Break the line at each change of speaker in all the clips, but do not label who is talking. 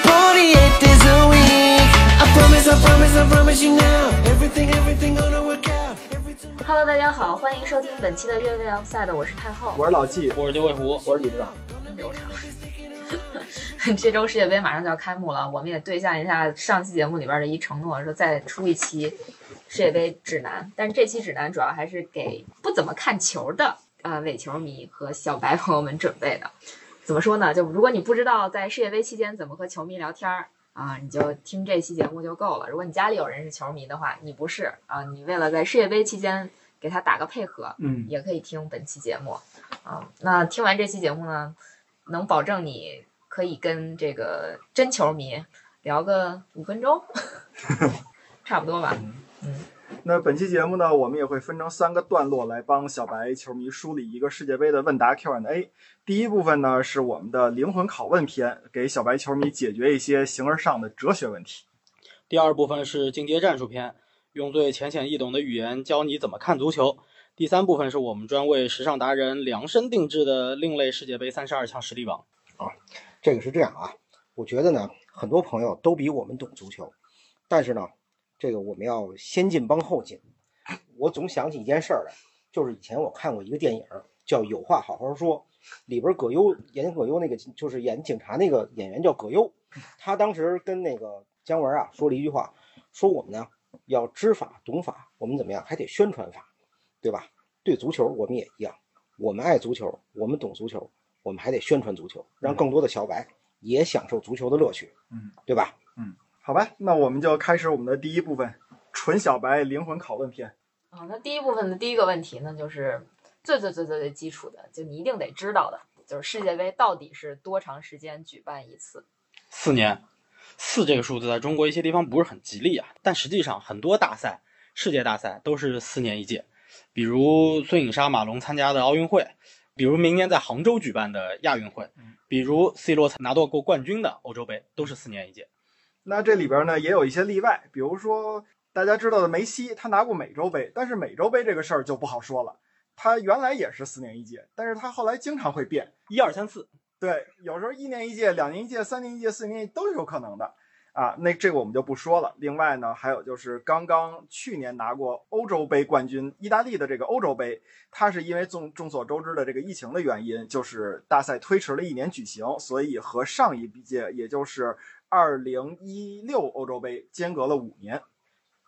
party eight days a week. I promise, I promise, I promise you now. Everything, everything gonna work out. Every time-
Hello，大家好，欢迎收听本期的越位 Outside，我是太后。
我是老纪，
我是刘伟湖，
我是李队长。
流畅。 这周世界杯马上就要开幕了，我们也兑现一下上期节目里边的一承诺，说再出一期世界杯指南。但是这期指南主要还是给不怎么看球的呃伪球迷和小白朋友们准备的。怎么说呢？就如果你不知道在世界杯期间怎么和球迷聊天儿啊，你就听这期节目就够了。如果你家里有人是球迷的话，你不是啊，你为了在世界杯期间给他打个配合，
嗯，
也可以听本期节目。啊，那听完这期节目呢，能保证你可以跟这个真球迷聊个五分钟，差不多吧。
那本期节目呢，我们也会分成三个段落来帮小白球迷梳理一个世界杯的问答 Q&A。第一部分呢是我们的灵魂拷问篇，给小白球迷解决一些形而上的哲学问题。
第二部分是进阶战术篇，用最浅显易懂的语言教你怎么看足球。第三部分是我们专为时尚达人量身定制的另类世界杯三十二强实力榜。
这个是这样啊，我觉得呢，很多朋友都比我们懂足球，但是呢，这个我们要先进帮后进。我总想起一件事儿来，就是以前我看过一个电影儿叫《有话好好说》，里边葛优演葛优那个就是演警察那个演员叫葛优，他当时跟那个姜文啊说了一句话，说我们呢要知法懂法，我们怎么样还得宣传法，对吧？对足球我们也一样，我们爱足球，我们懂足球，我们还得宣传足球，让更多的小白也享受足球的乐趣，
嗯，
对吧？
好吧，那我们就开始我们的第一部分，纯小白灵魂拷问篇。
啊，那第一部分的第一个问题呢，就是最最最最最基础的，就你一定得知道的，就是世界杯到底是多长时间举办一次？
四年，四这个数字在中国一些地方不是很吉利啊，但实际上很多大赛，世界大赛都是四年一届，比如孙颖莎、马龙参加的奥运会，比如明年在杭州举办的亚运会，比如 C 罗拿到过冠军的欧洲杯，都是四年一届。
那这里边呢也有一些例外，比如说大家知道的梅西，他拿过美洲杯，但是美洲杯这个事儿就不好说了。他原来也是四年一届，但是他后来经常会变。
一二三四，
对，有时候一年一届、两年一届、三年一届、四年一届都是有可能的啊。那这个我们就不说了。另外呢，还有就是刚刚去年拿过欧洲杯冠军意大利的这个欧洲杯，它是因为众众所周知的这个疫情的原因，就是大赛推迟了一年举行，所以和上一届，也就是二零一六欧洲杯间隔了五年。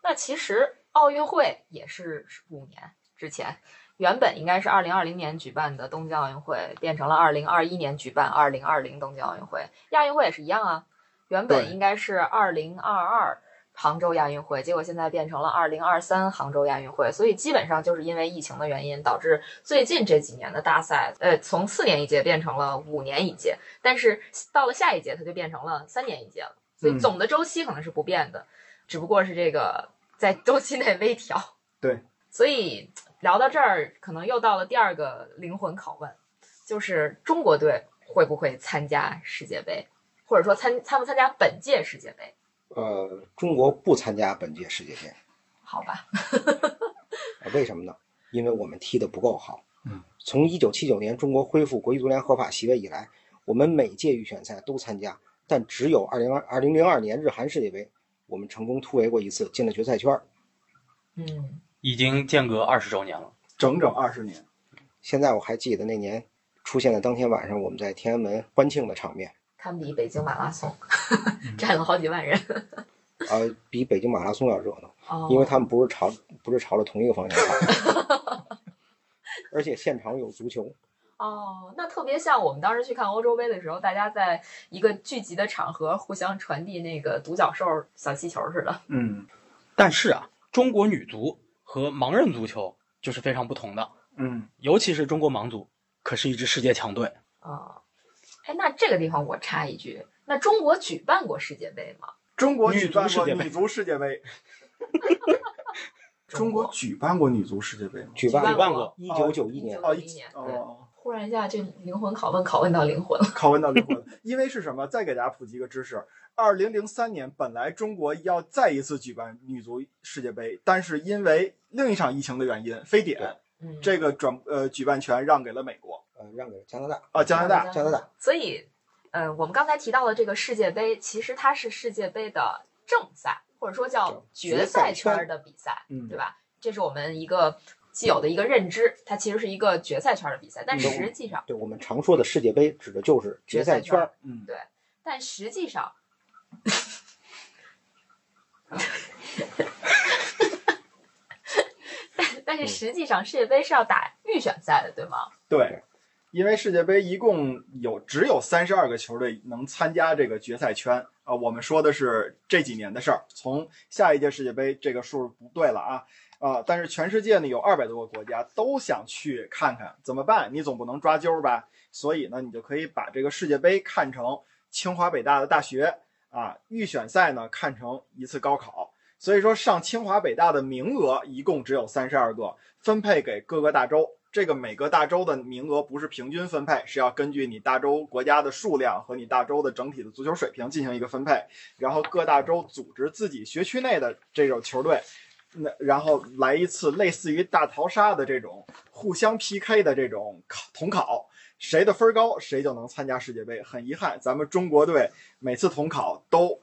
那其实奥运会也是五年之前，原本应该是二零二零年举办的东京奥运会，变成了二零二一年举办二零二零东京奥运会。亚运会也是一样啊，原本
对
应该是二零二二杭州亚运会，结果现在变成了二零二三杭州亚运会。所以基本上就是因为疫情的原因，导致最近这几年的大赛，呃，从四年一届变成了五年一届，但是到了下一届它就变成了三年一届了。所以
嗯
总的周期可能是不变的，只不过是这个在周期内微调。
对，
所以聊到这儿，可能又到了第二个灵魂拷问，就是中国队会不会参加世界杯，或者说参参不参加本届世界杯？
呃，中国不参加本届世界杯，
好吧，
呃为什么呢？因为我们踢得不够好。
嗯，
从一九七九年中国恢复国际足联合法席位以来，我们每届预选赛都参加，但只有二零二二零零二年日韩世界杯，我们成功突围过一次，进了决赛圈儿。
嗯，
已经间隔二十周年了。
整整二十年。
现在我还记得那年出现的当天晚上，我们在天安门欢庆的场面，
堪比北京马拉松，
嗯
站了好几万 人。
呃，比北京马拉松要热闹。
哦
因为他们不是朝不是朝着同一个方向跑， 而且现场有足球，
哦，那特别像我们当时去看欧洲杯的时候，大家在一个聚集的场合互相传递那个独角兽小气球似的。
嗯
但是啊，中国女足和盲人足球就是非常不同的，
嗯，
尤其是中国盲足，可是一支世界强队。
嗯
啊、哎，那这个地方我插一句，那中国举办过世界杯吗？
中国
女
举
足
办
世
过
界杯
女足世界杯，中国举办过女足世界杯吗？
举
举
办
办
过
过，
一九九一年，
哦，
哦
一
一年
哦，
忽然一下就灵魂拷问，拷问到灵魂 了。
拷问到灵魂了。因为是什么？再给大家普及一个知识：二零零三年本来中国要再一次举办女足世界杯，但是因为另一场疫情的原因，非典
嗯，
这个转呃举办权让给了美国
呃，让给加拿大，
啊，加拿大。
加拿大。
所以，呃，我们刚才提到的这个世界杯，其实它是世界杯的正赛，或者说叫决赛圈儿的比赛，
嗯
对，吧？这是我们一个既有的一个认知，它其实是一个决赛圈儿的比赛，但
嗯
实际上，
对我们常说的世界杯，指的就是决赛圈儿。
嗯，
但实际上， 但但是实际上世界杯是要打预选赛的，对吗？
对，因为世界杯一共有只有三十二个球队能参加这个决赛圈啊。我们说的是这几年的事儿，从下一届世界杯这个数不对了啊啊！但是全世界呢有二百多个国家都想去看看，怎么办？你总不能抓阄吧？所以呢，你就可以把这个世界杯看成清华北大的大学啊，预选赛呢看成一次高考。所以说，上清华北大的名额一共只有三十二个，分配给各个大洲。这个每个大洲的名额不是平均分配，是要根据你大洲国家的数量和你大洲的整体的足球水平进行一个分配。然后各大洲组织自己学区内的这种球队，那然后来一次类似于大逃杀的这种互相 PK 的这种考统考，谁的分儿高谁就能参加世界杯。很遗憾，咱们中国队每次统考都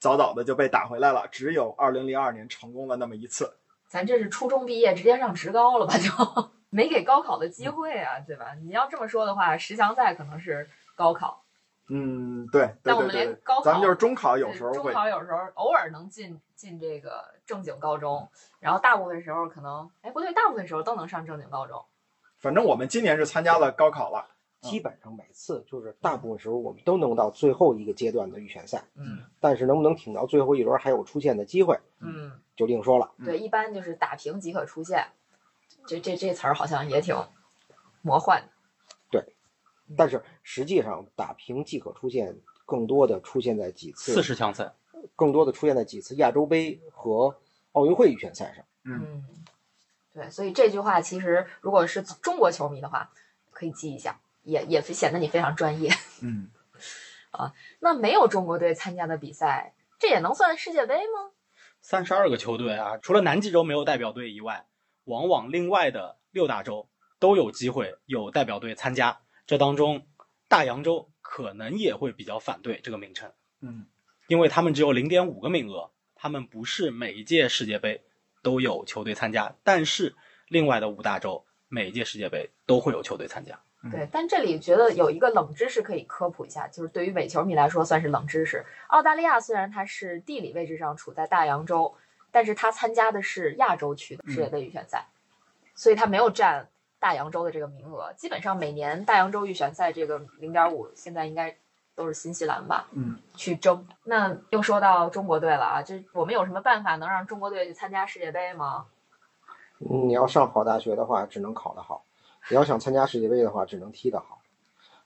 早早的就被打回来了，只有2002年成功了那么一次。
咱这是初中毕业直接上职高了吧？就 没给高考的机会啊，对吧？你要这么说的话，十强赛可能是高考，
嗯，对，对
但我
对
们
对
连
对，
高考嗯
咱们就是中考有时候
中
会
考有时候偶尔能进进这个正经高中，然后大部分时候可能，哎，不对，大部分时候都能上正经高中。
反正我们今年是参加了高考了，嗯
基本上每次就是大部分时候我们都能到最后一个阶段的预选赛，
嗯
但是能不能挺到最后一轮还有出现的机会
嗯，
就另说了。
对，一般就是打平即可出线，这这这词儿好像也挺魔幻的。
但是实际上打平即可出现，更多的出现在几次
四十强赛，
更多的出现在几次亚洲杯和奥运会预选赛上。
嗯，对，所以这句话其实如果是中国球迷的话，可以记一下，也也显得你非常专业。 啊
嗯，
那没有中国队参加的比赛，这也能算世界杯吗？
三十二个球队啊，除了南极洲没有代表队以外，往往另外的六大洲都有机会有代表队参加。这当中，大洋洲可能也会比较反对这个名称，
嗯，
因为他们只有零点五个名额，他们不是每一届世界杯都有球队参加，但是另外的五大洲每一届世界杯都会有球队参加。
对，但这里觉得有一个冷知识可以科普一下，就是对于伪球迷来说算是冷知识。澳大利亚虽然它是地理位置上处在大洋洲，但是它参加的是亚洲区的世界杯预选赛，所以它没有占大洋洲的这个名额。基本上每年大洋洲预选赛这个零点五，现在应该都是新西兰吧，
嗯，
去争。那又说到中国队了啊，这我们有什么办法能让中国队去参加世界杯吗？
嗯你要上好大学的话，只能考得好；你要想参加世界杯的话，只能踢得好。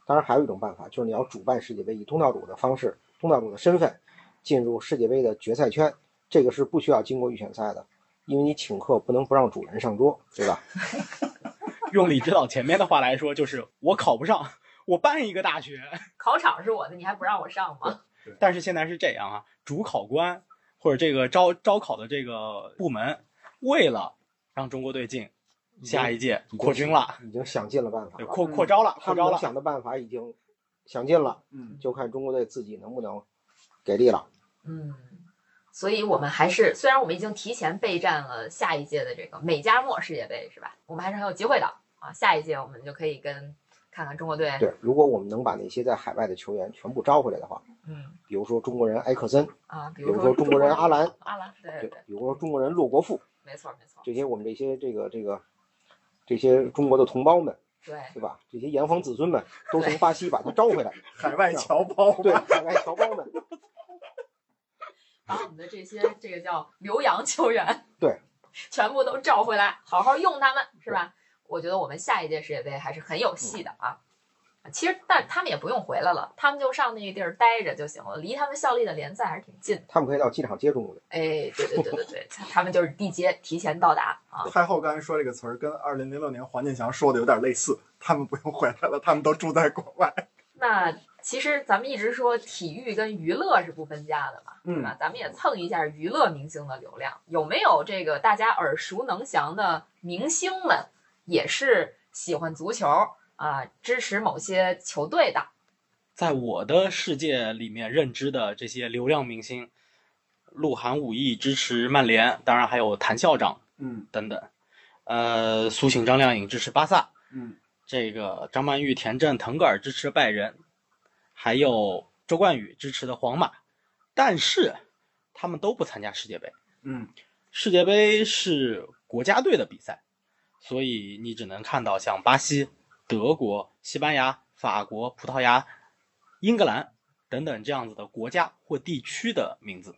当然，还有一种办法，就是你要主办世界杯，以东道主的方式、东道主的身份进入世界杯的决赛圈，这个是不需要经过预选赛的，因为你请客不能不让主人上桌，对吧？
用李指导前面的话来说，就是我考不上，我办一个大学。
考场是我的，你还不让我上吗？
但是现在是这样啊，主考官或者这个招招考的这个部门，为了让中国队进下一届扩军了，
已经想尽了办法
对
了，
扩扩招了，
嗯他
扩
们
招
能
了。
想的办法已经想尽了，
嗯，
就看中国队自己能不能给力了。
嗯，所以我们还是，虽然我们已经提前备战了下一届的这个美加墨世界杯，是吧？我们还是很有机会的啊！下一届我们就可以跟看看中国队，
对，如果我们能把那些在海外的球员全部招回来的话，
嗯
比如说中国人埃克森，
啊，比
比
如
如
说
说中国人阿兰，
阿兰，对对
对
对，，
比如说中国人骆国富，
没错没错，
这些我们这些这个这个这些中国的同胞们，
对，
对吧？这些炎黄子孙们都
对
从巴西把他招回来，
海外侨胞吧
对，海外侨胞们，
把我们的这些这个叫留洋球员，
对，
全部都召
嗯
回来，好好用他们，是吧？我觉得我们下一届世界杯还是很有戏的啊！其实，但他们也不用回来了，他们就上那个地儿待着就行了，离他们效力的联赛还是挺近的。
他们可以到机场接中国队。
哎，对对对对对，他们就是地接提前到达啊。
太后刚才说这个词儿跟二零零六年黄健翔说的有点类似，他们不用回来了，他们都住在国外。
那其实咱们一直说体育跟娱乐是不分家的嘛，
嗯
对吧？咱们也蹭一下娱乐明星的流量，有没有这个大家耳熟能详的明星们也是喜欢足球啊、支持某些球队的？
在我的世界里面认知的这些流量明星，鹿晗、武艺支持曼联，当然还有谭校长
嗯
等等。呃，苏醒、张靓颖支持巴萨，
嗯，
这个张曼玉、田震、腾格尔支持拜仁，还有周冠宇支持的皇马，但是他们都不参加世界杯。
嗯，
世界杯是国家队的比赛，所以你只能看到像巴西、德国、西班牙、法国、葡萄牙、英格兰等等这样子的国家或地区的名字。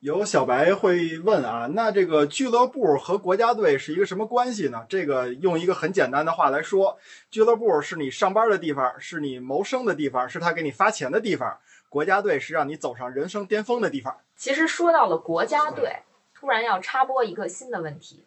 有小白会问啊，那这个俱乐部和国家队是一个什么关系呢？这个用一个很简单的话来说，俱乐部是你上班的地方，是你谋生的地方，是他给你发钱的地方；国家队是让你走上人生巅峰的地方。
其实说到了国家队，突然要插播一个新的问题，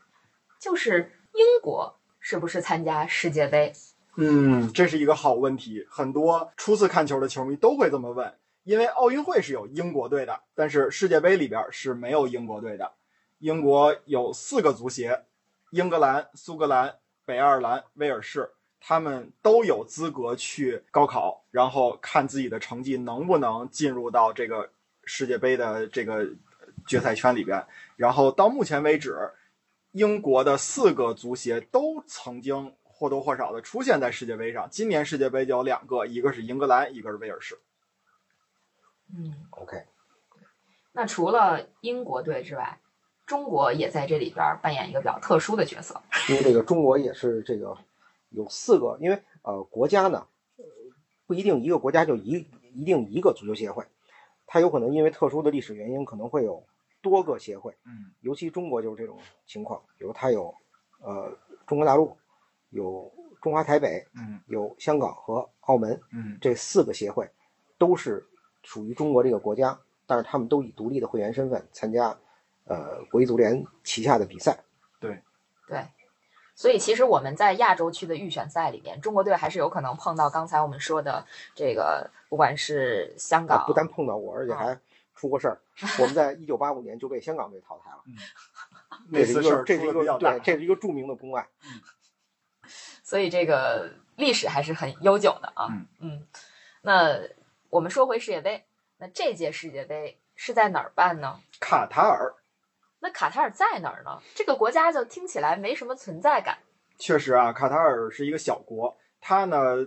就是英国是不是参加世界杯？
嗯，这是一个好问题，很多初次看球的球迷都会这么问，因为奥运会是有英国队的，但是世界杯里边是没有英国队的。英国有四个足协，英格兰、苏格兰、北爱尔兰、威尔士，他们都有资格去高考，然后看自己的成绩能不能进入到这个世界杯的这个决赛圈里边。然后到目前为止，英国的四个足协都曾经或多或少的出现在世界杯上。今年世界杯就有两个，一个是英格兰，一个是威尔士。
嗯，
OK，
那除了英国队之外，中国也在这里边扮演一个比较特殊的角色。
因为这个中国也是这个有四个，因为呃国家呢呃不一定一个国家就一一定一个足球协会，它有可能因为特殊的历史原因，可能会有多个协会。
嗯
尤其中国就是这种情况，比如它有呃中国大陆，有中华台北，
嗯
有香港和澳门
嗯
这四个协会，都是属于中国这个国家，但是他们都以独立的会员身份参加呃国际足联旗下的比赛。
对，所以其实我们在亚洲区的预选赛里面，中国队还是有可能碰到刚才我们说的这个，不管是香港
啊，，不单碰到我，而且
啊
还出过 事儿。我们在一九八五年就被香港队淘汰了，
那
这是
次嗯
一
事
个
儿
这是
出
一
的比较
个
大
对，。这是一个著名的公案。
所以这个历史还是很悠久的啊。
嗯
那我们说回世界杯，那这届世界杯是在哪儿办呢？
卡塔尔
那卡塔尔在哪儿呢？这个国家就听起来没什么存在感。
确实啊，卡塔尔是一个小国，它呢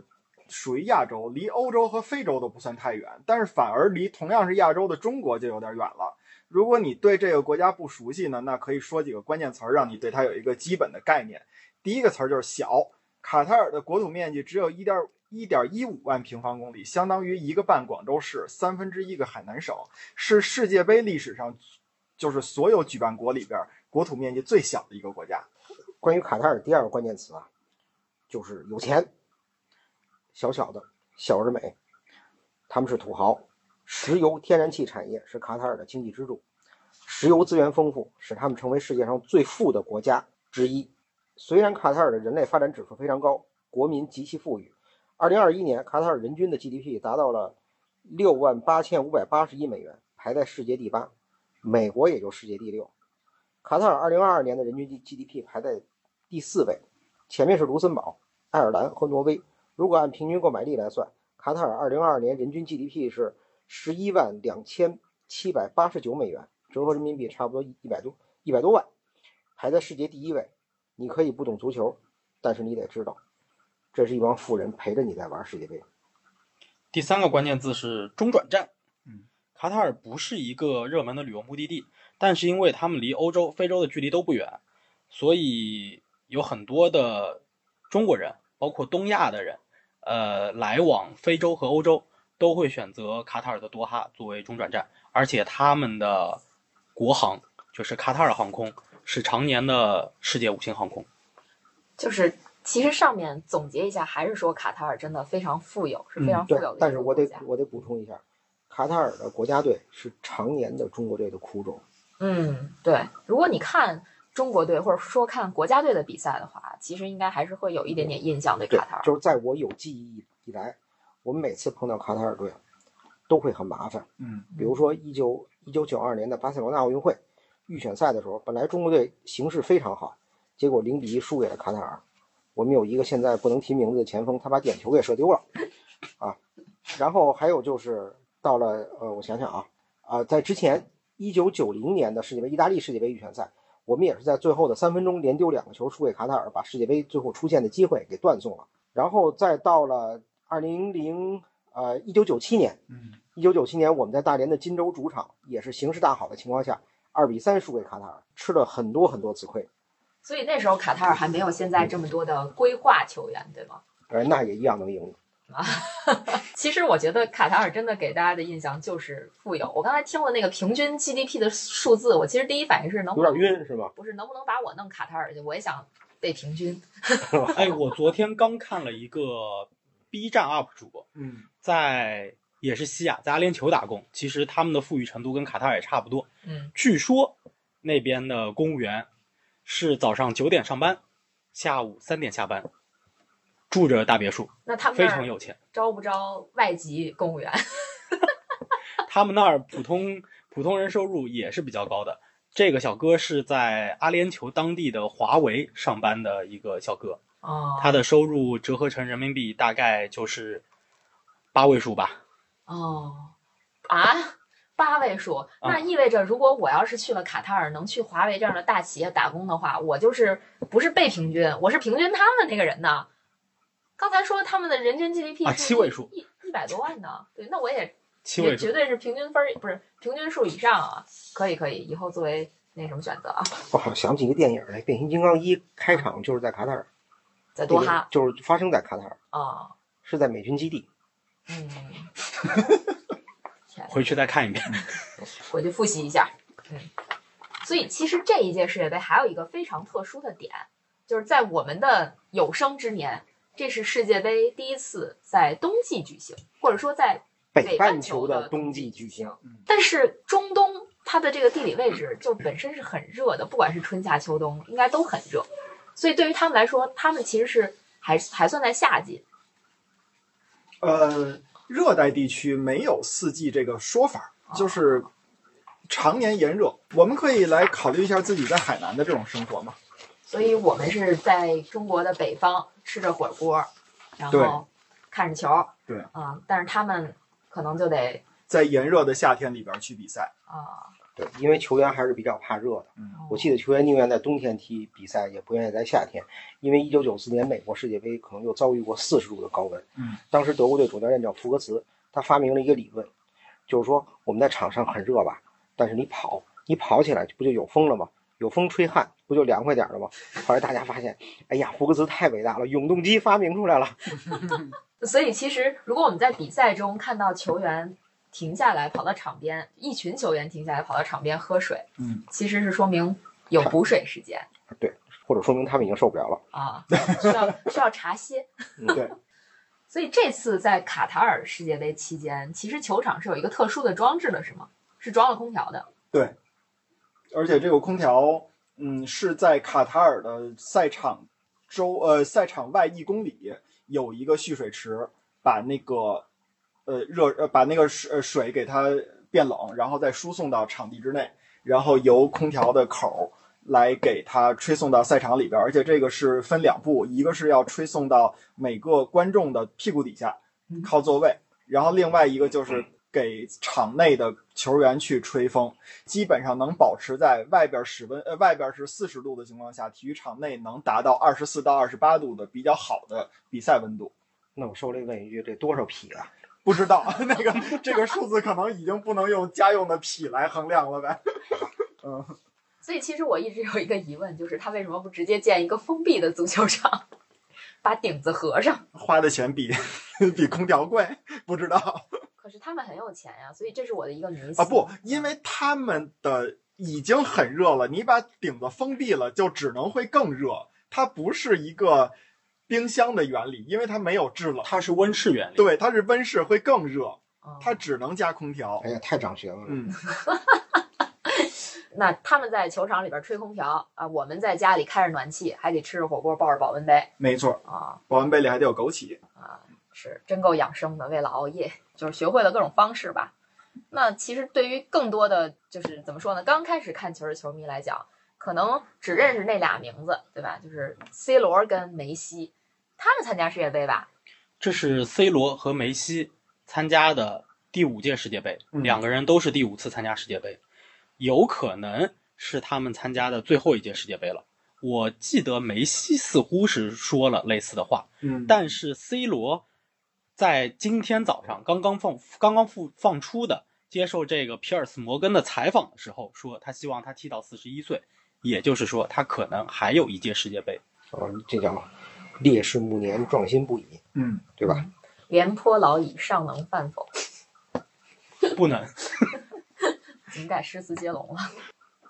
属于亚洲，离欧洲和非洲都不算太远，但是反而离同样是亚洲的中国就有点远了。如果你对这个国家不熟悉呢，那可以说几个关键词儿，让你对它有一个基本的概念。第一个词儿就是小，卡塔尔的国土面积只有一点一点一五万平方公里，相当于一个半广州市，三分之一个海南省，是世界杯历史上就是所有举办国里边儿国土面积最小的一个国家。
关于卡塔尔，第二个关键词啊，就是有钱，小小的，小而美，他们是土豪。石油、天然气产业是卡塔尔的经济支柱，石油资源丰富，使他们成为世界上最富的国家之一。虽然卡塔尔的人类发展指数非常高，国民极其富裕。二零二一年，卡塔尔人均的 GDP 达到了六万八千五百八十一美元，排在世界第八，美国也就世界第六。卡塔尔二零二二年的人均 GDP 排在第四位，前面是卢森堡、爱尔兰和挪威。如果按平均购买力来算，卡塔尔二零二二年人均 GDP 是十一万两千七百八十九美元，折合人民币差不多一百多一百多万，排在世界第一位。你可以不懂足球，但是你得知道，这是一帮富人陪着你在玩世界杯。
第三个关键字是中转站。
嗯，
卡塔尔不是一个热门的旅游目的地，但是因为他们离欧洲、非洲的距离都不远，所以有很多的中国人，包括东亚的人，呃，来往非洲和欧洲都会选择卡塔尔的多哈作为中转站，而且他们的国航就是卡塔尔航空，是常年的世界五星航空。
就是其实上面总结一下，还是说卡塔尔真的非常富有，是
嗯
非常富
对
有的、，
但是我得我得补充一下，卡塔尔的国家队是常年的中国队的苦种。
嗯，对，如果你看中国队或者说看国家队的比赛的话，其实应该还是会有一点点印象对
对
卡塔，尔。
就是在我有记忆以来，我每次碰到卡塔尔队都会很麻烦。
嗯
比如说一九一九九二年的巴塞罗那奥运会预选赛的时候，本来中国队形势非常好，结果零比一输给了卡塔尔。我们有一个现在不能提名字的前锋，他把点球给射丢了，啊，然后还有就是到了呃，我想想啊，啊、在之前一九九零年的世界杯，意大利世界杯预选赛，我们也是在最后的三分钟连丢两个球，输给卡塔尔，把世界杯最后出线的机会给断送了。然后再到了二零零呃一九九七年，
嗯
一九九七年，我们在大连的金州主场也是形势大好的情况下，二比三输给卡塔尔，吃了很多很多次亏。
所以那时候卡塔尔还没有现在这么多的规划球员，对吗？
呃，那也一样能赢。
其实我觉得卡塔尔真的给大家的印象就是富有。我刚才听了那个平均 GDP 的数字，我其实第一反应是能
有
不
点
能
晕是吧？
不是能不能把我弄卡塔尔去？我也想被平均。
哎，我昨天刚看了一个 B 站 UP 主，
嗯
在也是西亚在阿联酋打工，其实他们的富裕程度跟卡塔尔也差不多。
嗯，
据说那边的公务员是早上九点上班，下午三点下班，住着大别墅，
那他们
非
那
常
儿
有钱。
招不招外籍公务员？
他们那儿普通普通人收入也是比较高的。这个小哥是在阿联酋当地的华为上班的一个小哥，
哦，
他的收入折合成人民币大概就是八位数吧。
哦，啊，八位
啊
数，那意味着如果我要是去了卡塔尔，能去华为这样的大企业打工的话，我就是不是被平均，我是平均他们那个人呢。刚才说他们的人均 GDP
啊
是
七
一
位数
一一百多万呢。对，那我也
七
也
位数
绝，对是平均分儿，不是平均数以上啊。可以可以，以后作为那什么选择啊，
我好像哦想起一个电影来，《变形金刚一》开场就是在卡塔尔，
在啊多哈
就是发生在卡塔尔，
啊，
是在美军基地。
嗯，天
回去再看一遍。
回去复习一下。嗯，所以其实这一届世界杯还有一个非常特殊的点，就是在我们的有生之年，这是世界杯第一次在冬季举行，或者说在
北
半
半
球
球
的
的
冬
冬
季
季
巨
巨
星
星，
但是中东它的这个地理位置就本身是很热的，不管是春夏秋冬，应该都很热。所以对于他们来说，他们其实是还还算在夏季。
呃，热带地区没有四季这个说法，就是常年炎热。我们可以来考虑一下自己在海南的这种生活嘛。
所以我们是在中国的北方吃着火锅，然
对
后看着球，
对
啊、但是他们可能就得
在炎热的夏天里边去比赛，
啊、
对，因为球员还是比较怕热的。我记得球员宁愿在冬天踢比赛，也不愿意在夏天，因为一九九四年美国世界杯可能又遭遇过四十度的高温。
嗯，
当时德国队主教练叫福格茨，他发明了一个理论，就是说我们在场上很热吧，但是你跑，你跑起来不就有风了吗？有风吹汗，不就凉快点了吗？后来大家发现，哎呀，福格茨太伟大了，永动机发明出来了。
所以其实如果我们在比赛中看到球员停下来跑到场边，一群球员停下来跑到场边喝水，
嗯，
其实是说明有补水时间
或者说明他们已经受不了了。
啊、需要需要茶歇。
嗯对，
所以这次在卡塔尔世界杯期间，其实球场是有一个特殊的装置的，是吗？是装了空调的。
而且这个空调，嗯，是在卡塔尔的赛场周呃赛场外一公里有一个蓄水池，把那个呃热呃把那个水呃水给它变冷，然后再输送到场地之内，然后由空调的口儿来给它吹送到赛场里边儿。而且这个是分两步，一个是要吹送到每个观众的屁股底下
嗯，
靠座位，然后另外一个就是给场内的球员去吹风。基本上能保持在外边室温，呃，外边是四十度的情况下，体育场内能达到二十四到二十八度的比较好的比赛温度。
那我受累问一句，这多少匹啊？
不知道 那个这个数字可能已经不能用家用的匹来衡量了呗。嗯，
所以其实我一直有一个疑问，就是他为什么不直接建一个封闭的足球场， 把顶子合上？
花的钱比 比空调贵，不知道
可是他们很有钱呀、所以这是我的一个迷思
啊不，因为他们的已经很热了，你把顶子封闭了，就只能会更热。它不是一个冰箱的原理，因为它没有制冷，
它是温室原理。，
对，它是温室会更热，
哦
它只能加空调
哎。呀，太长学问了。
嗯，
那他们在球场里边吹空调啊，我们在家里开着暖气，还得吃着火锅，抱着保温杯
没错，
啊
保温杯里还得有枸杞。
啊，是真够养生的。为了熬夜，就是学会了各种方式吧。那其实对于更多的就是怎么说呢，刚开始看球的球迷来讲，可能只认识那俩名字，对吧？就是 C 罗跟梅西，他们参加世界杯吧？
这是 C 罗和梅西参加的第五届世界杯，
嗯
两个人都是第五次参加世界杯，有可能是他们参加的最后一届世界杯了。我记得梅西似乎是说了类似的话，
嗯，
但是 C 罗在今天早上刚刚放刚刚放放出的接受这个皮尔斯摩根的采访的时候说，他希望他踢到四十一岁，也就是说他可能还有一届世界杯。
啊，这叫烈士暮年，壮心不已，
嗯，
对吧？
廉颇老矣，尚能饭否？
不能，
怎么改诗词接龙了？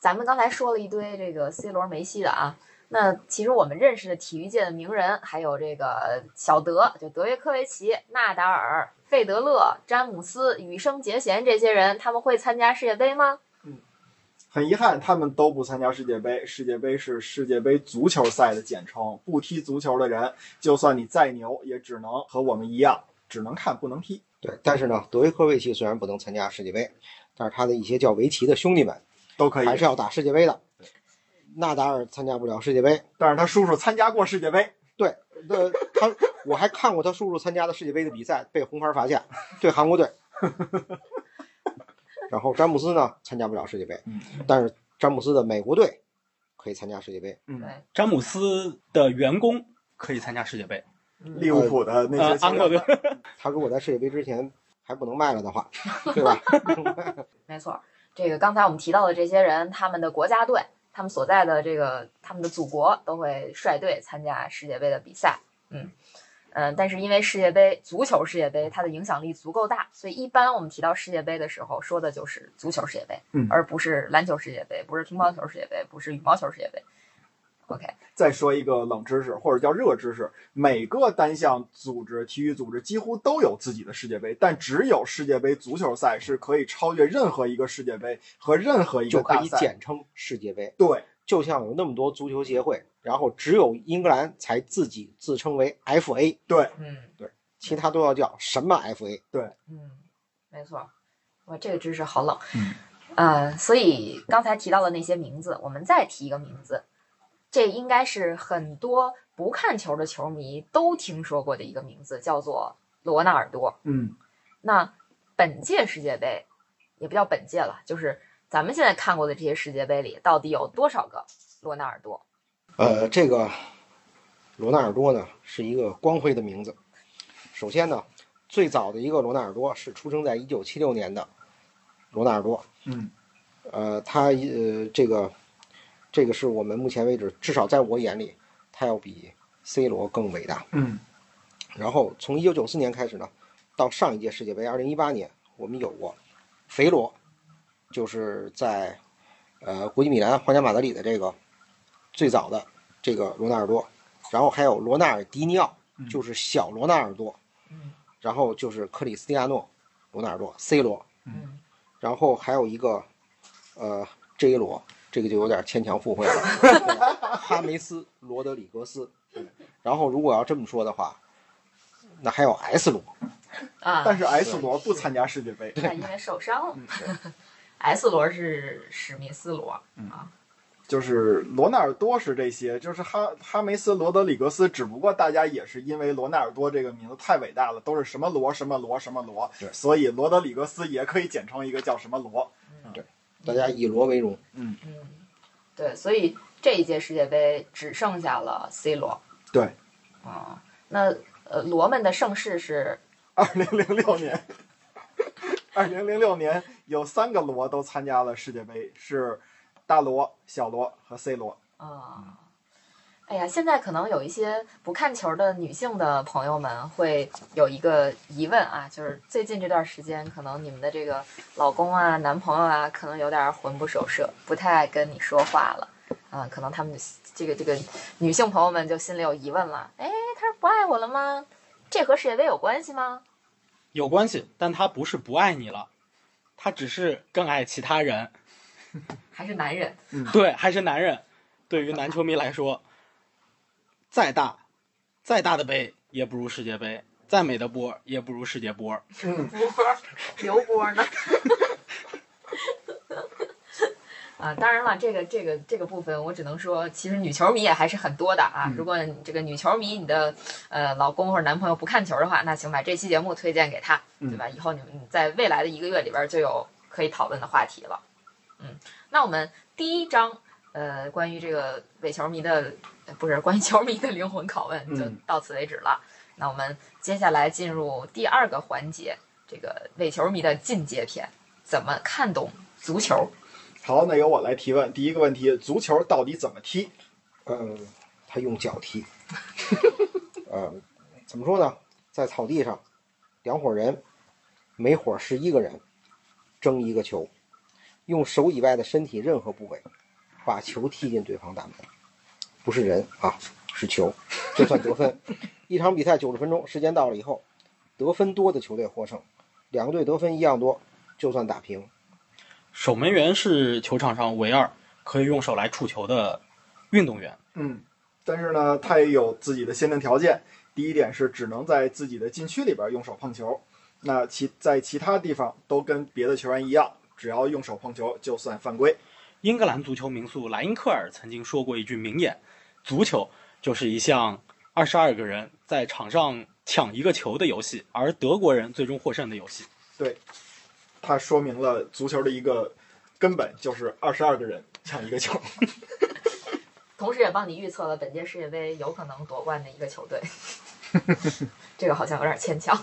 咱们刚才说了一堆这个 C 罗、梅西的啊，那其实我们认识的体育界的名人还有这个小德，就德约科维奇、纳达尔、费德勒、詹姆斯、羽生结弦这些人，他们会参加世界杯吗？
很遗憾，他们都不参加世界杯。世界杯是世界杯足球赛的简称，不踢足球的人，就算你再牛，也只能和我们一样，只能看不能踢。
对，但是呢，德约科维奇虽然不能参加世界杯，但是他的一些叫维奇的兄弟们
都可以
还，是要打世界杯的。纳达尔参加不了世界杯，
但是他叔叔参加过世界杯，
对，呃，他我还看过他叔叔参加的世界杯的比赛，被红牌罚下，对韩国队。然后詹姆斯呢，参加不了世界杯
嗯，
但是詹姆斯的美国队可以参加世界杯。
嗯，
詹姆斯的员工可以参加世界杯，
嗯
利物浦的那
呃
些，球
安
员
克德
他如果在世界杯之前还不能卖了的话，对吧？
没错，这个刚才我们提到的这些人，他们的国家队，他们所在的这个他们的祖国都会率队参加世界杯的比赛。嗯嗯、呃但是因为世界杯足球世界杯它的影响力足够大，所以一般我们提到世界杯的时候说的就是足球世界杯，
嗯
而不是篮球世界杯，不是乒乓球世界杯，不是羽毛球世界杯。OK，
再说一个冷知识，或者叫热知识，每个单项组织、体育组织几乎都有自己的世界杯，但只有世界杯足球赛是可以超越任何一个世界杯和任何一
就
个
可
大
以
赛。
简称世界杯。
对，
就像有那么多足球协会，然后只有英格兰才自己自称为 FA，
嗯
其他都要叫什么 FA？
嗯，没错，哇，这个知识好冷。
嗯
呃，所以刚才提到的那些名字，我们再提一个名字，这应该是很多不看球的球迷都听说过的一个名字，叫做罗纳尔多。
嗯，
那本届世界杯，也不叫本届了，就是咱们现在看过的这些世界杯里，到底有多少个罗纳尔多？
呃，这个罗纳尔多呢是一个光辉的名字。首先呢，最早的一个罗纳尔多是出生在1976年的罗纳尔多，
嗯，
呃，他呃这个这个是我们目前为止，至少在我眼里，他要比 C 罗更伟大。
嗯，
然后从一九九四年开始呢，到上一届世界杯二零一八年，我们有过肥罗，就是在呃国际米兰皇家马德里的这个最早的这个罗纳尔多，然后还有罗纳尔迪尼奥
嗯，
就是小罗纳尔多，
嗯
然后就是克里斯蒂亚诺罗纳尔多 C 罗，
嗯，
然后还有一个呃 J 罗，这个就有点牵强附会了， 哈梅斯罗德里格斯，嗯然后如果要这么说的话，那还有 S 罗。
啊，
但是 S 罗不参加世界杯。
那因为受伤了
嗯。
S 罗是史密斯罗
嗯
啊，
就是罗纳尔多是这些，就是哈哈梅斯、罗德里格斯，只不过大家也是因为罗纳尔多这个名字太伟大了，都是什么罗什么罗什么罗
对，
所以罗德里格斯也可以简称一个叫什么罗。
大家以罗为荣。
嗯，对，所以这一届世界杯只剩下了 C 罗。
对。
啊、那呃，罗们的盛世是
二零零六年，二零零六年有三个罗都参加了世界杯，是大罗、小罗和 C 罗。
啊、哎呀，现在可能有一些不看球的女性的朋友们会有一个疑问啊，就是最近这段时间，可能你们的这个老公啊、男朋友啊，可能有点魂不守舍，不太爱跟你说话了。啊、可能他们这个这个女性朋友们就心里有疑问了，哎，他不爱我了吗？这和世界杯有关系吗？
有关系，但他不是不爱你了，他只是更爱其他人。
还是男人？
对，还是男人，对于男球迷来说，再大、再大的杯也不如世界杯，再美的波也不如世界波。
波儿，刘波儿呢？ 啊，当然了，这个这个这个部分，我只能说，其实女球迷也还是很多的啊。如果你这个女球迷，你的呃老公或者男朋友不看球的话，那请把这期节目推荐给他，对吧？以后你们在未来的一个月里边就有可以讨论的话题了。嗯，那我们第一章呃关于这个伪球迷的，呃不是关于球迷的灵魂拷问，就
嗯
到此为止了。那我们接下来进入第二个环节，这个伪球迷的进阶篇，怎么看懂足球？
好，那由我来提问。第一个问题：足球到底怎么踢？
呃，他用脚踢。 呃，怎么说呢？在草地上，两伙人，每伙是一个人，争一个球，用手以外的身体任何部位，把球踢进对方大门，不是人啊，是球，这算得分。一场比赛九十分钟，时间到了以后，得分多的球队获胜，两个队得分一样多，就算打平。
守门员是球场上唯二可以用手来触球的运动员。
嗯，但是呢，他也有自己的限定条件。第一点是只能在自己的禁区里边用手碰球，那其在其他地方都跟别的球员一样，只要用手碰球就算犯规。
英格兰足球名宿莱因克尔曾经说过一句名言：“足球就是一项二十二个人在场上抢一个球的游戏，而德国人最终获胜的游戏。
它说明了足球的一个根本就是二十二个人抢一个球。
同时也帮你预测了本届世界杯有可能夺冠的一个球队。 这个好像有点牵强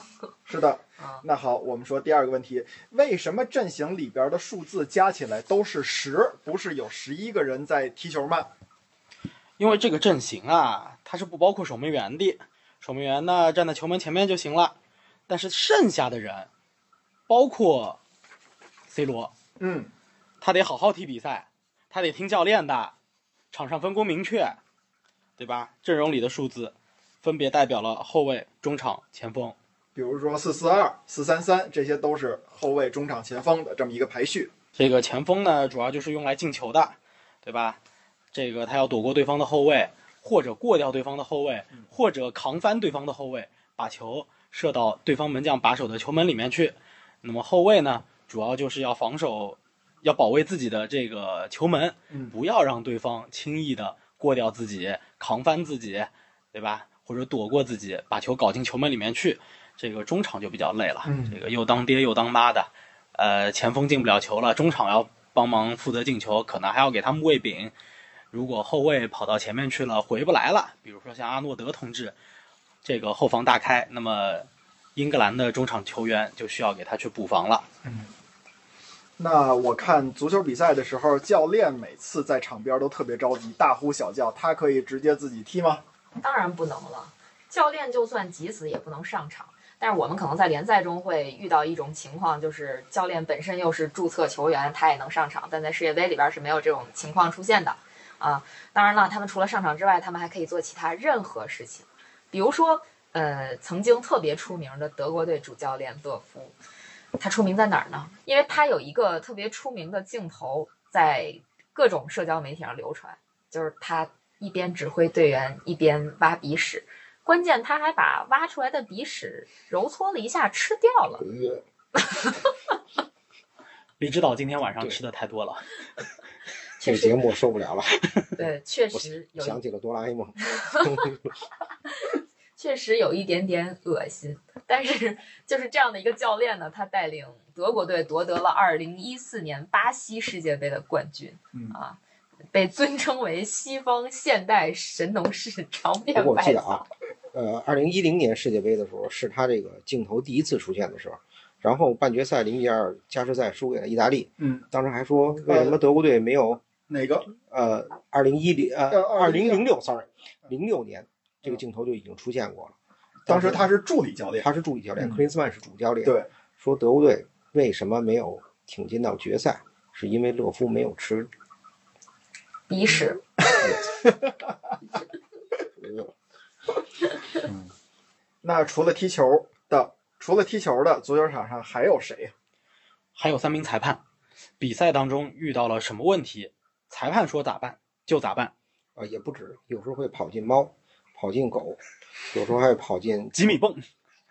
是的，
啊。
那好，我们说第二个问题，为什么阵型里边的数字加起来都是十？不是有十一个人在踢球吗？
因为这个阵型啊，它是不包括守门员的，守门员呢站在球门前面就行了。但是剩下的人，包括 C 罗，
嗯，
他得好好踢比赛，他得听教练的，场上分工明确，对吧？阵容里的数字分别代表了后卫、中场、前锋。
比如说四四二、四三三，这些都是后卫、中场、前锋的这么一个排序。
这个前锋呢，主要就是用来进球的，对吧？这个他要躲过对方的后卫，或者过掉对方的后卫，或者扛翻对方的后卫，把球射到对方门将把守的球门里面去。那么后卫呢，主要就是要防守，要保卫自己的这个球门，
嗯
不要让对方轻易的过掉自己、扛翻自己，对吧？或者躲过自己，把球搞进球门里面去。这个中场就比较累了，
嗯
这个又当爹又当妈的，呃，前锋进不了球了，中场要帮忙负责进球，可能还要给他们喂饼。如果后卫跑到前面去了，回不来了，比如说像阿诺德同志，这个后防大开，那么英格兰的中场球员就需要给他去补防了。
那我看足球比赛的时候，教练每次在场边都特别着急，大呼小叫。他可以直接自己踢吗？
当然不能了。教练就算急死也不能上场。但是我们可能在联赛中会遇到一种情况，就是教练本身又是注册球员，他也能上场，但在世界杯里边是没有这种情况出现的啊。当然了，他们除了上场之外，他们还可以做其他任何事情，比如说，呃，曾经特别出名的德国队主教练勒夫，他出名在哪儿呢？因为他有一个特别出名的镜头在各种社交媒体上流传，就是他一边指挥队员一边挖鼻屎，关键他还把挖出来的鼻屎揉搓了一下吃掉了。
李指导今天晚上
对
吃的太多了，
确
这个节
实，
目我受不了了，
对，确
我
实 有
想
一，
起了哆啦 A 梦。
确实有一点点恶心。但是就是这样的一个教练呢，他带领德国队夺得了2014年巴西世界杯的冠军，
嗯
啊，被尊称为西方现代神农氏长
不
面
过我记
百
得
草
啊。，呃，二零一零年世界杯的时候是他这个镜头第一次出现的时候，然后半决赛零比二加时赛输给了意大利，
嗯，
当时还说为什么德国队没有
哪个？
呃二零一零呃
呃
二零零六嗯 sorry 零六年这个镜头就已经出现过了，
当时他是助理教练。
他是助理教练，
嗯
克林斯曼是主教练，
对，
说德国队为什么没有挺进到决赛，是因为勒夫没有吃
鼻屎。
呃
那除了踢球的，除了踢球的，足球场上还有谁？
还有三名裁判，比赛当中遇到了什么问题，裁判说咋办就咋办，
啊，也不止，有时候会跑进猫，跑进狗，有时候还会跑进
几米蹦。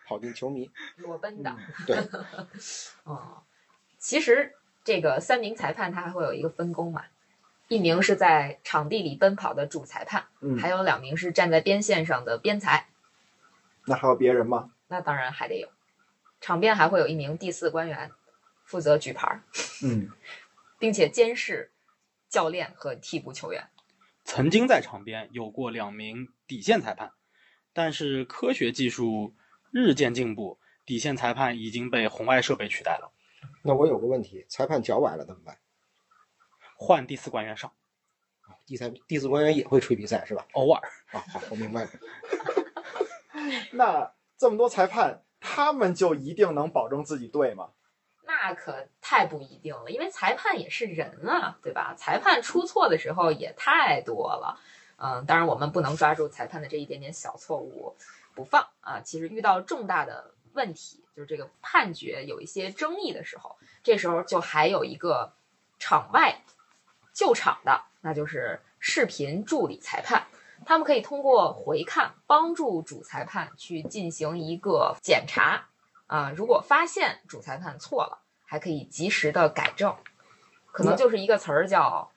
跑进球迷。
裸奔的。
对，
哦，其实这个三名裁判他还会有一个分工嘛，一名是在场地里奔跑的主裁判，
嗯，
还有两名是站在边线上的边裁。
那还有别人吗？
那当然还得有，场边还会有一名第四官员，负责举牌儿，
嗯，
并且监视教练和替补球员。
曾经在场边有过两名底线裁判，但是科学技术日渐进步，底线裁判已经被红外设备取代了，
那我有个问题，裁判脚崴了怎么办？
换第四官员上，
第三、第四官员也会吹比赛是吧？
偶尔
啊，好，我明白了。
那这么多裁判，他们就一定能保证自己对吗？
那可太不一定了，因为裁判也是人啊，对吧？裁判出错的时候也太多了，嗯，当然我们不能抓住裁判的这一点点小错误不放啊。其实遇到重大的问题，就是这个判决有一些争议的时候，这时候就还有一个场外救场的，那就是视频助理裁判。他们可以通过回看帮助主裁判去进行一个检查啊，如果发现主裁判错了，还可以及时的改正，可能就是一个词儿叫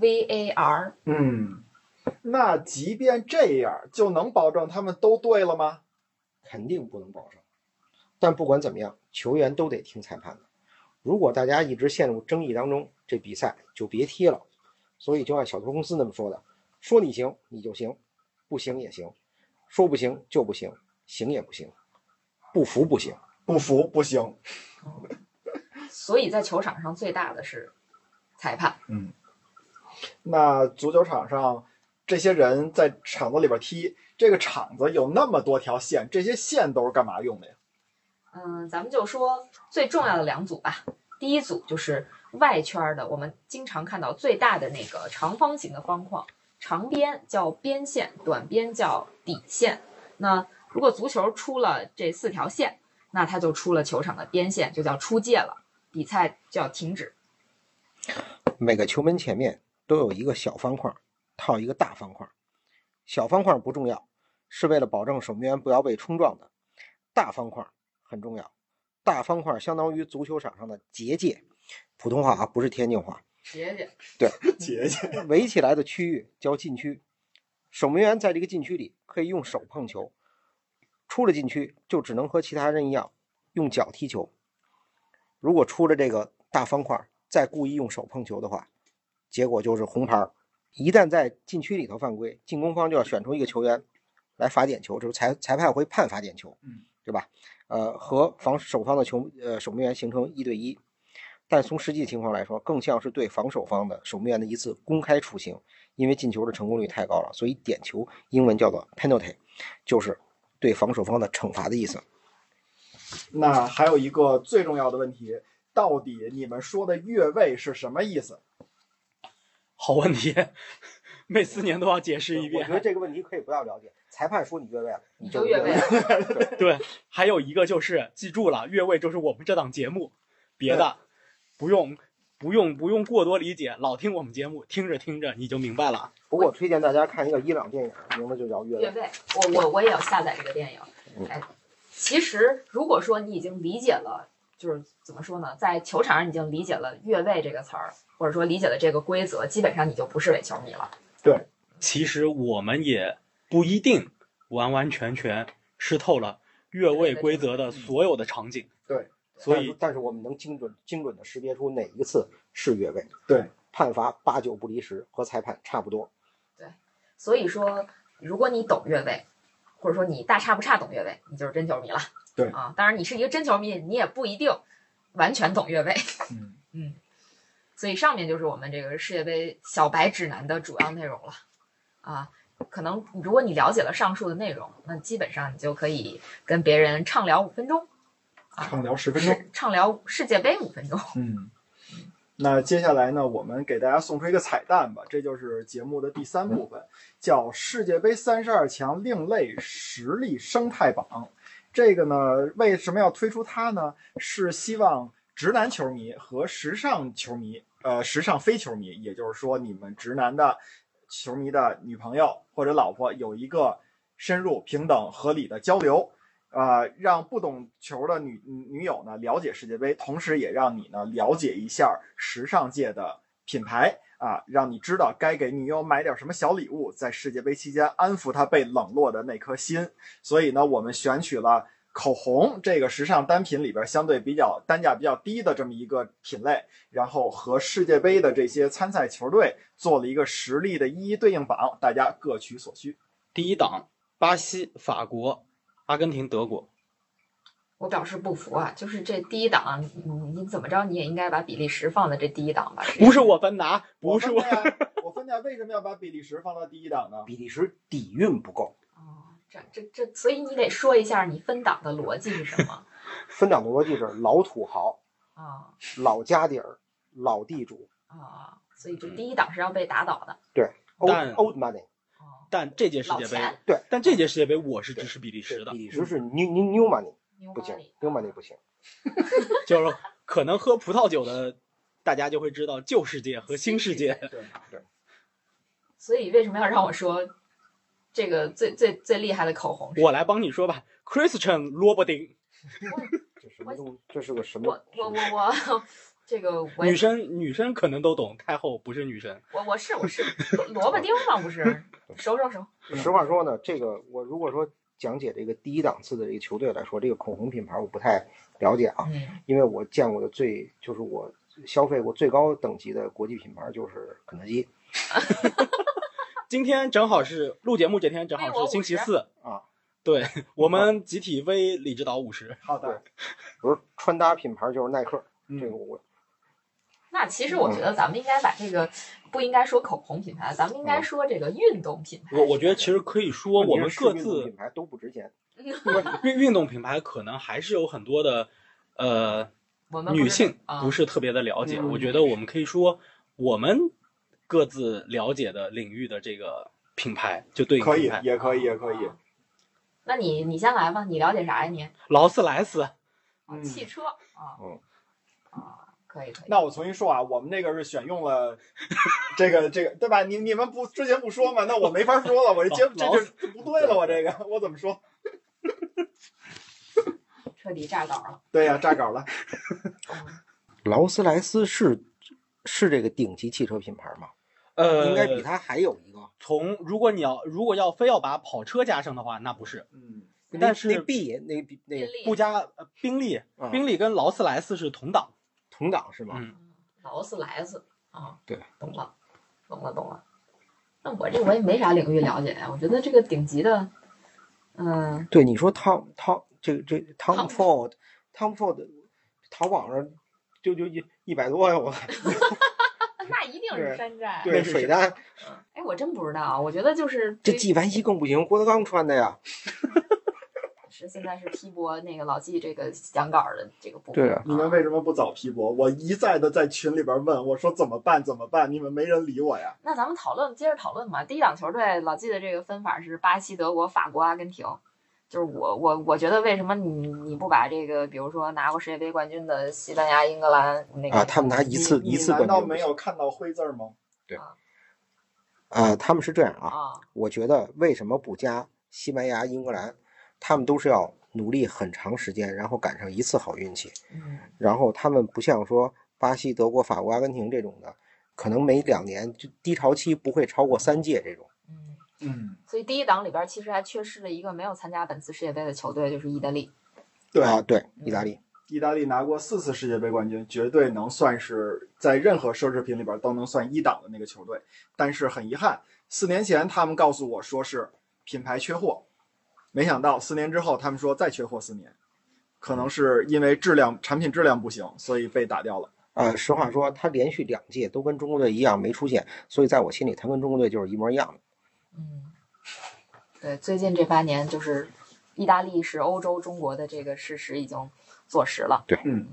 VAR。
嗯，那即便这样，就能保证他们都对了吗？
肯定不能保证。但不管怎么样，球员都得听裁判的。如果大家一直陷入争议当中，这比赛就别踢了。所以就按小偷公司那么说的，说你行你就行，不行也行，说不行就不行，行也不行，不服不行。
不服不行。
所以在球场上最大的是裁判，
那足球场上这些人在场子里边踢，这个场子有那么多条线，这些线都是干嘛用的呀？
嗯，咱们就说最重要的两组吧。第一组就是外圈儿的，我们经常看到最大的那个长方形的方框，长边叫边线，短边叫底线。那如果足球出了这四条线，那它就出了球场的边线，就叫出界了，比赛就要停止。
每个球门前面都有一个小方块，套一个大方块。小方块不重要，是为了保证守门员不要被冲撞的。大方块很重要，大方块相当于足球场上的结界。普通话啊，不是天津话。
姐姐，
姐姐，
围起来的区域叫禁区，守门员在这个禁区里可以用手碰球，出了禁区就只能和其他人一样用脚踢球。如果出了这个大方块，再故意用手碰球的话，结果就是红牌儿。一旦在禁区里头犯规，进攻方就要选出一个球员来罚点球，就是裁裁判会判罚点球
嗯，
对吧？呃，和防守方的球呃守门员形成一对一。但从实际情况来说，更像是对防守方的守门员的一次公开处刑，因为进球的成功率太高了，所以点球英文叫做 penalty，就是对防守方的惩罚的意思。
那还有一个最重要的问题，到底你们说的越位是什么意思？
好问题， 每四年都要解释一
我觉得
遍。
这个问题可以不要了解，裁判说你越位了，你
就
就
越位
位
了。
对，还有一个就是记住了，越位就是我们这档节目，别的不用不用不用过多理解，老听我们节目，听着听着你就明白了。
不过我推荐大家看一个伊朗电影，名字就叫《越
越
位》。
位，我我我也要下载这个电影。哎，其实如果说你已经理解了，就是怎么说呢，在球场上已经理解了“越位”这个词儿，或者说理解了这个规则，基本上你就不是伪球迷了。
其实我们也不一定完完全全吃透了越位规则的所有的场景。
对，
所
但是
以
但是我们能精准精准的识别出哪一次是越位。
对，
判罚八九不离十，和裁判差不多。
所以说，如果你懂越位，或者说你大差不差懂越位，你就是真球迷了。
对
啊，当然你是一个真球迷，你也不一定完全懂越位。
嗯
嗯，所以上面就是我们这个世界杯小白指南的主要内容了。啊，可能如果你了解了上述的内容，那基本上你就可以跟别人畅聊五分钟，
畅聊十
是畅聊世界杯五分钟。
嗯，那接下来呢，我们给大家送出一个彩蛋吧，这就是节目的第三部分，叫世界杯三十二强另类实力生态榜。这个呢，为什么要推出它呢？是希望直男球迷和时尚球迷，呃，时尚非球迷，也就是说，你们直男的球迷的女朋友或者老婆有一个深入、平等、合理的交流。啊、让不懂球的女女友呢了解世界杯，同时也让你呢了解一下时尚界的品牌啊，让你知道该给女友买点什么小礼物，在世界杯期间安抚她被冷落的那颗心。所以呢，我们选取了口红这个时尚单品里边相对比较单价比较低的这么一个品类，然后和世界杯的这些参赛球队做了一个实力的一一对应榜，大家各取所需。
第一档，巴西、法国、阿根廷、德国，
我表示不服啊！就是这第一档，嗯，你怎么着你也应该把比利时放在这第一档吧？
不是我芬达，不是
我
我，
分的 呀，我分的呀为什么要把比利时放到第一档呢？
比利时底蕴不够，
哦，这这这，所以你得说一下你分档的逻辑是什么
分档的逻辑是老土豪、
啊
老家底儿、老地主
啊、所以这第一档是要被打倒的。
，old
但
old money。
哦，
但这届世
老
界杯，
钱
但这届世界杯我是支持比利时
对
的
比，利时是 new new new money，
牛
不
马
行
里
，new money 不行。
就是可能喝葡萄酒的大家就会知道旧世界和新世界。
所以为什么要让我说这个最最最厉害的口红是？
我来帮你说吧，Christian 罗伯丁，
这什么东西？这是个什么
我？我我我，这个我也
女生女生可能都懂，太后不是女神，
我我是我是萝萝卜丁吗？不是，熟熟熟。
实话说呢，这个我如果说讲解这个第一档次的这个球队来说，这个口红品牌我不太了解啊，
嗯，
因为我见过的最就是我消费过最高等级的国际品牌就是肯德基
今天正好是录节目这天，正
微
好
哎我
是星期
50
四
啊。
对我们集体微李指导五十，
好的，
比如穿搭品牌就是耐克，
嗯
这个我
那其实我觉得咱们应该把这个不应该说口红品牌，咱们应该说这个运动品牌。
我我觉得其实可以说我们各
问题是运动
自
品牌都不值钱，
不是运运动品牌可能还是有很多的，呃，
我们不是
女性
啊
不是特别的了解。
嗯
我觉得我们可以说我们各自了解的领域的这个品牌就对应
可
品
以，
牌，
也可以，也可以。
啊
啊
那你你先来吧，你了解啥呀你？
劳斯莱斯。
啊，
嗯
汽车啊
嗯
啊，可以可以。
那我重新说啊，我们那个是选用 了这个这个，对吧？你你们不之前不说嘛，那我没法说了，我这接
哦
这
老
就这不对了，我这个我怎么说？
彻底炸倒了。
对呀、炸稿了。
嗯
劳斯莱斯是是这个顶级汽车品牌吗？
呃，
应该比它还有一个，
从如果你要如果要非要把跑车加上的话，那不是
嗯，
那
但是
那 B 那那那
宾
个
利
不加呃宾利，
啊
宾利跟劳斯莱斯是同档。
同档是吗？
嗯
嗯劳斯莱斯啊，
对，
懂了，懂了，懂了。那我这我也没啥领域了解呀，我觉得这个顶级的，嗯，
对，你说 Tom Tom 这个这个
Tom
Tom Ford Tom Ford 淘宝上就就一一百多呀，我
那一定是山寨。
那
是
水单
哎，我真不知道，我觉得就是
这
对于
纪梵希更不行，郭德纲穿的呀。
是现在是批驳那个老纪这个讲稿的这个部分。
对啊
你们为什么不早批驳？我一再的在群里边问，我说怎么办？怎么办？你们没人理我呀。
那咱们讨论，接着讨论吧。第一档球队，老纪的这个分法是巴西、德国、法国、阿根廷。就是我我我觉得为什么你你不把这个，比如说拿过世界杯冠军的西班牙、英格兰那个
啊，他们拿一次
你
一次
你难
冠
道
军不
没
行
有看到灰字儿吗？
啊？他们是这样啊，
啊
我觉得为什么不加西班牙、英格兰？他们都是要努力很长时间，然后赶上一次好运气。
嗯
然后他们不像说巴西、德国、法国、阿根廷这种的，可能每两年就低潮期不会超过三届这种。
嗯，
嗯，
所以第一档里边其实还缺失了一个没有参加本次世界杯的球队，就是意大利。
对，
啊，对，意大利，
意大利拿过四次世界杯冠军，绝对能算是在任何奢侈品里边都能算一档的那个球队。但是很遗憾，四年前他们告诉我说是品牌缺货，没想到四年之后他们说再缺货四年，可能是因为质量产品质量不行，所以被打掉了。
呃，实话说，他连续两届都跟中国队一样没出现，所以在我心里，他跟中国队就是一模一样的。
嗯，对，最近这八年就是意大利是欧洲中国的这个事实已经坐实了。
对
嗯，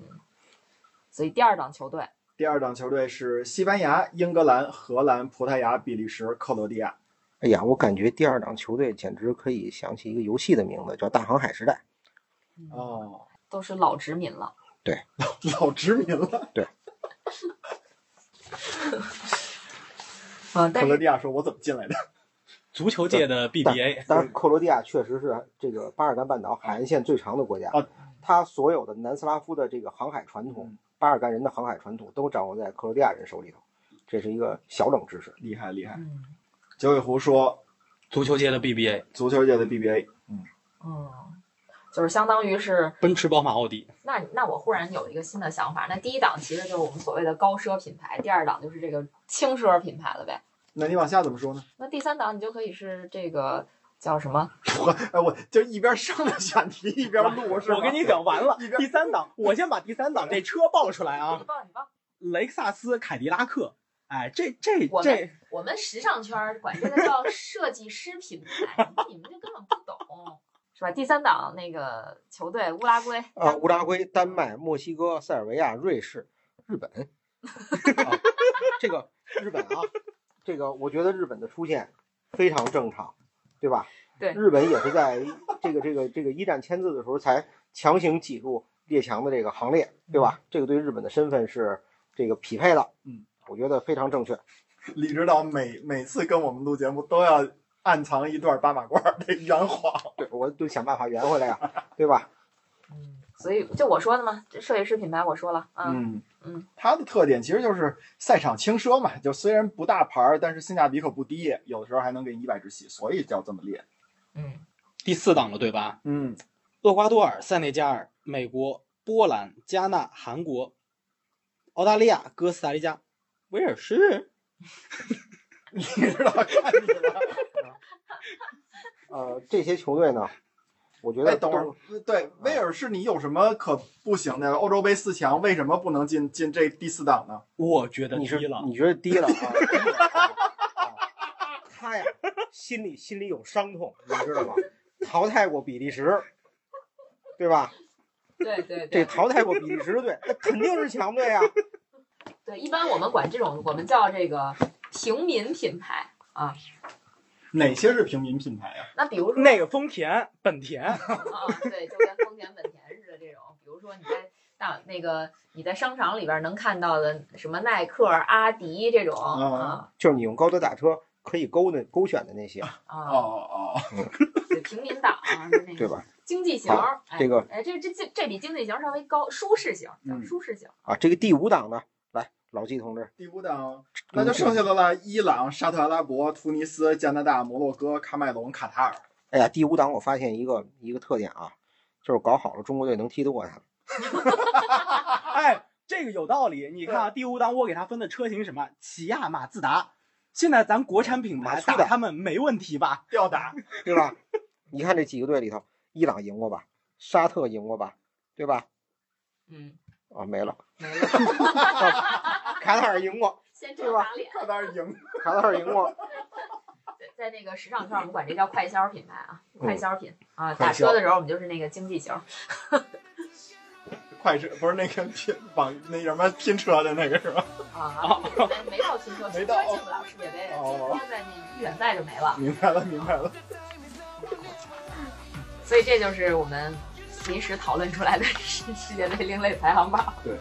所以第二档球队
第二等球队是西班牙、英格兰、荷兰、葡萄牙、比利时、克罗地亚。
哎呀，我感觉第二档球队简直可以想起一个游戏的名字，叫《大航海时代》。
嗯，
哦，
都是老殖民了。
老殖民了。
嗯，
克
但
罗
是
地亚说：“我怎么进来的
足球界的 BBA，
当然，克罗地亚确实是这个巴尔干半岛海岸线最长的国家
啊，嗯
它所有的南斯拉夫的这个航海传统，巴尔干人的航海传统都掌握在克罗地亚人手里头，这是一个小冷知识？”。
厉害厉害。
嗯
九尾狐说
足球界的 BBA，：“
足球界的 BBA，
嗯，就是相当于是
奔驰、宝马、奥迪，
那那我忽然有一个新的想法，那第一档其实就是我们所谓的高奢品牌，第二档就是这个轻奢品牌了呗。
那你往下怎么说呢？
那第三档你就可以是这个叫什么？
哎，我就一边商量选题一边录，我是吗
我跟你讲，完了
一边，
第三档，我先把第三档这车报出来啊
你，报你报，
雷克萨斯、凯迪拉克，哎，这这
我
这
们我们时尚圈儿管这个 叫设计师品牌，你们就根本不懂， 是吧？第三档那个球队乌拉圭
啊，乌拉圭、丹麦、墨西哥、塞尔维亚、瑞士、日本，啊、这个日本啊，这个我觉得日本的出现非常正常，对吧？
对
日本也是在这个这个这个一战签字的时候才强行挤入列强的这个行列，对吧？这个对日本的身份是这个匹配的，
嗯，
我觉得非常正确。
李指导每每次跟我们录节目都要暗藏一段八马褂儿的圆谎。
对，我就想办法圆回来呀、对吧？
嗯，所以就我说的嘛，这设计师品牌我说了啊，
嗯
嗯，
它的特点其实就是赛场轻奢嘛，就虽然不大牌儿，但是性价比可不低，有的时候还能给你一百只洗，所以叫这么列。
嗯
第四档了，对吧？
嗯，
厄瓜多尔、塞内加尔、美国、波兰、加纳、韩国、澳大利亚、哥斯达黎加、威尔士，
你知道看你了。
呃，这些球队呢，我觉
哎，
得
等会
都
儿，对，威尔士你有什么可不行的？欧洲杯四强为什么不能进进这第四档呢？
我觉得
你是
低了。
你觉得低了啊？低了 啊啊他呀，心里心里有伤痛，你知道吗？淘汰过比利时，对吧？
对对
这
对
淘汰过比利时的队，那肯定是强队啊！
对，一般我们管这种我们叫这个平民品牌啊，
哪些是平民品牌啊？
那比如
嗯
说
那个丰田、本 田，
啊，对，就跟丰田、本田似的这种，比如说你在大那个你在商场里边能看到的什么耐克、阿迪这种
哦
啊
就是你用高德打车可以勾的勾选的那些，
哎
哦
啊，
哦，
对，平民党啊，就那
对
个
吧？
经济型儿，哎
这个
哎，这这这这比经济型稍微高，舒适型，叫
嗯
舒适型，
啊，这个第五档呢，来，老纪同志，
第五档那就剩下的了：伊朗、沙特阿拉伯、突尼斯、加拿大、摩洛哥、喀麦隆、卡塔尔。
哎呀，第五档我发现一个一个特点啊，就是搞好了中国队能踢得过他们。
哎，这个有道理。你看啊，第五档我给它分的车型是什么？起亚、马自达。现在咱国产品
马
牌
自达
打他们没问题吧？
吊打，
对吧？你看这几个队里头，伊朗赢过吧，沙特赢过吧，对吧？
嗯，
啊，没了，
没了，
卡塔尔赢过，
先正打脸，
卡塔尔赢。
卡塔尔赢过，
在在那个时尚圈，我们管这叫快消品牌啊，快消品啊，
嗯快
打
消
车的时候我们就是那个经济型儿，
快车不是那个拼网那什么拼车的那个是吧？
哦
啊，没到停车，停
没到
车进不了世界杯，停
哦
车在你远在就没了。
明白了，明白了。
所以这就是我们临时讨论出来的世世界杯另类排行榜。
对，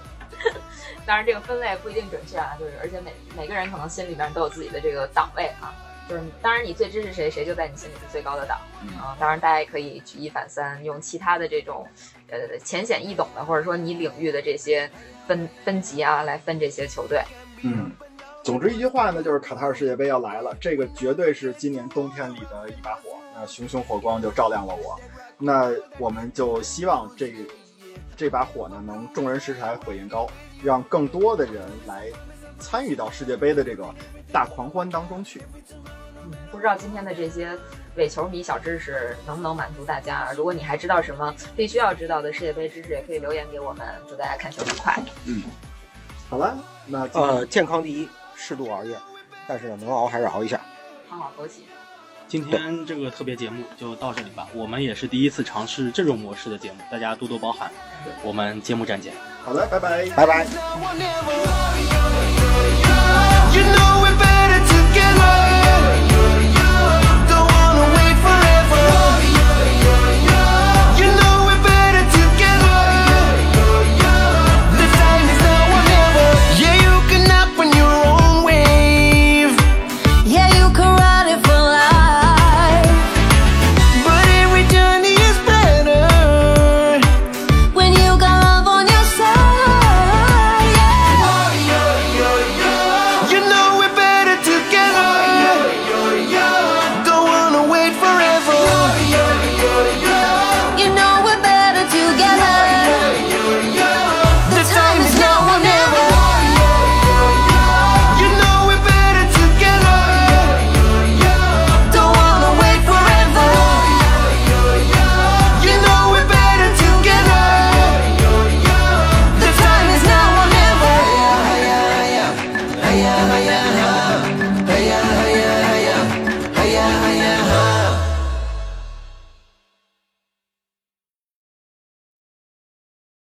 当然这个分类不一定准确啊，就是而且每每个人可能心里边都有自己的这个档位啊，就是当然你最支持谁，谁就在你心里是最高的档啊。当然大家也可以举一反三，用其他的这种呃浅显易懂的，或者说你领域的这些分分级啊来分这些球队。
嗯，总之一句话呢，就是卡塔尔世界杯要来了，这个绝对是今年冬天里的一把火，那熊熊火光就照亮了我。那我们就希望这这把火呢，能众人拾柴火焰高，让更多的人来参与到世界杯的这个大狂欢当中去。
不知道今天的这些伪球迷小知识能不能满足大家？啊如果你还知道什么必须要知道的世界杯知识，也可以留言给我们。祝大家看球愉快！
好了，那今
呃，健康第一，适度熬夜，但是呢，能熬还是熬一下。
好好枸杞，
今天这个特别节目就到这里吧。我们也是第一次尝试这种模式的节目，大家多多包涵。我们节目再见。
好的，拜拜。
拜拜。
I will never love you.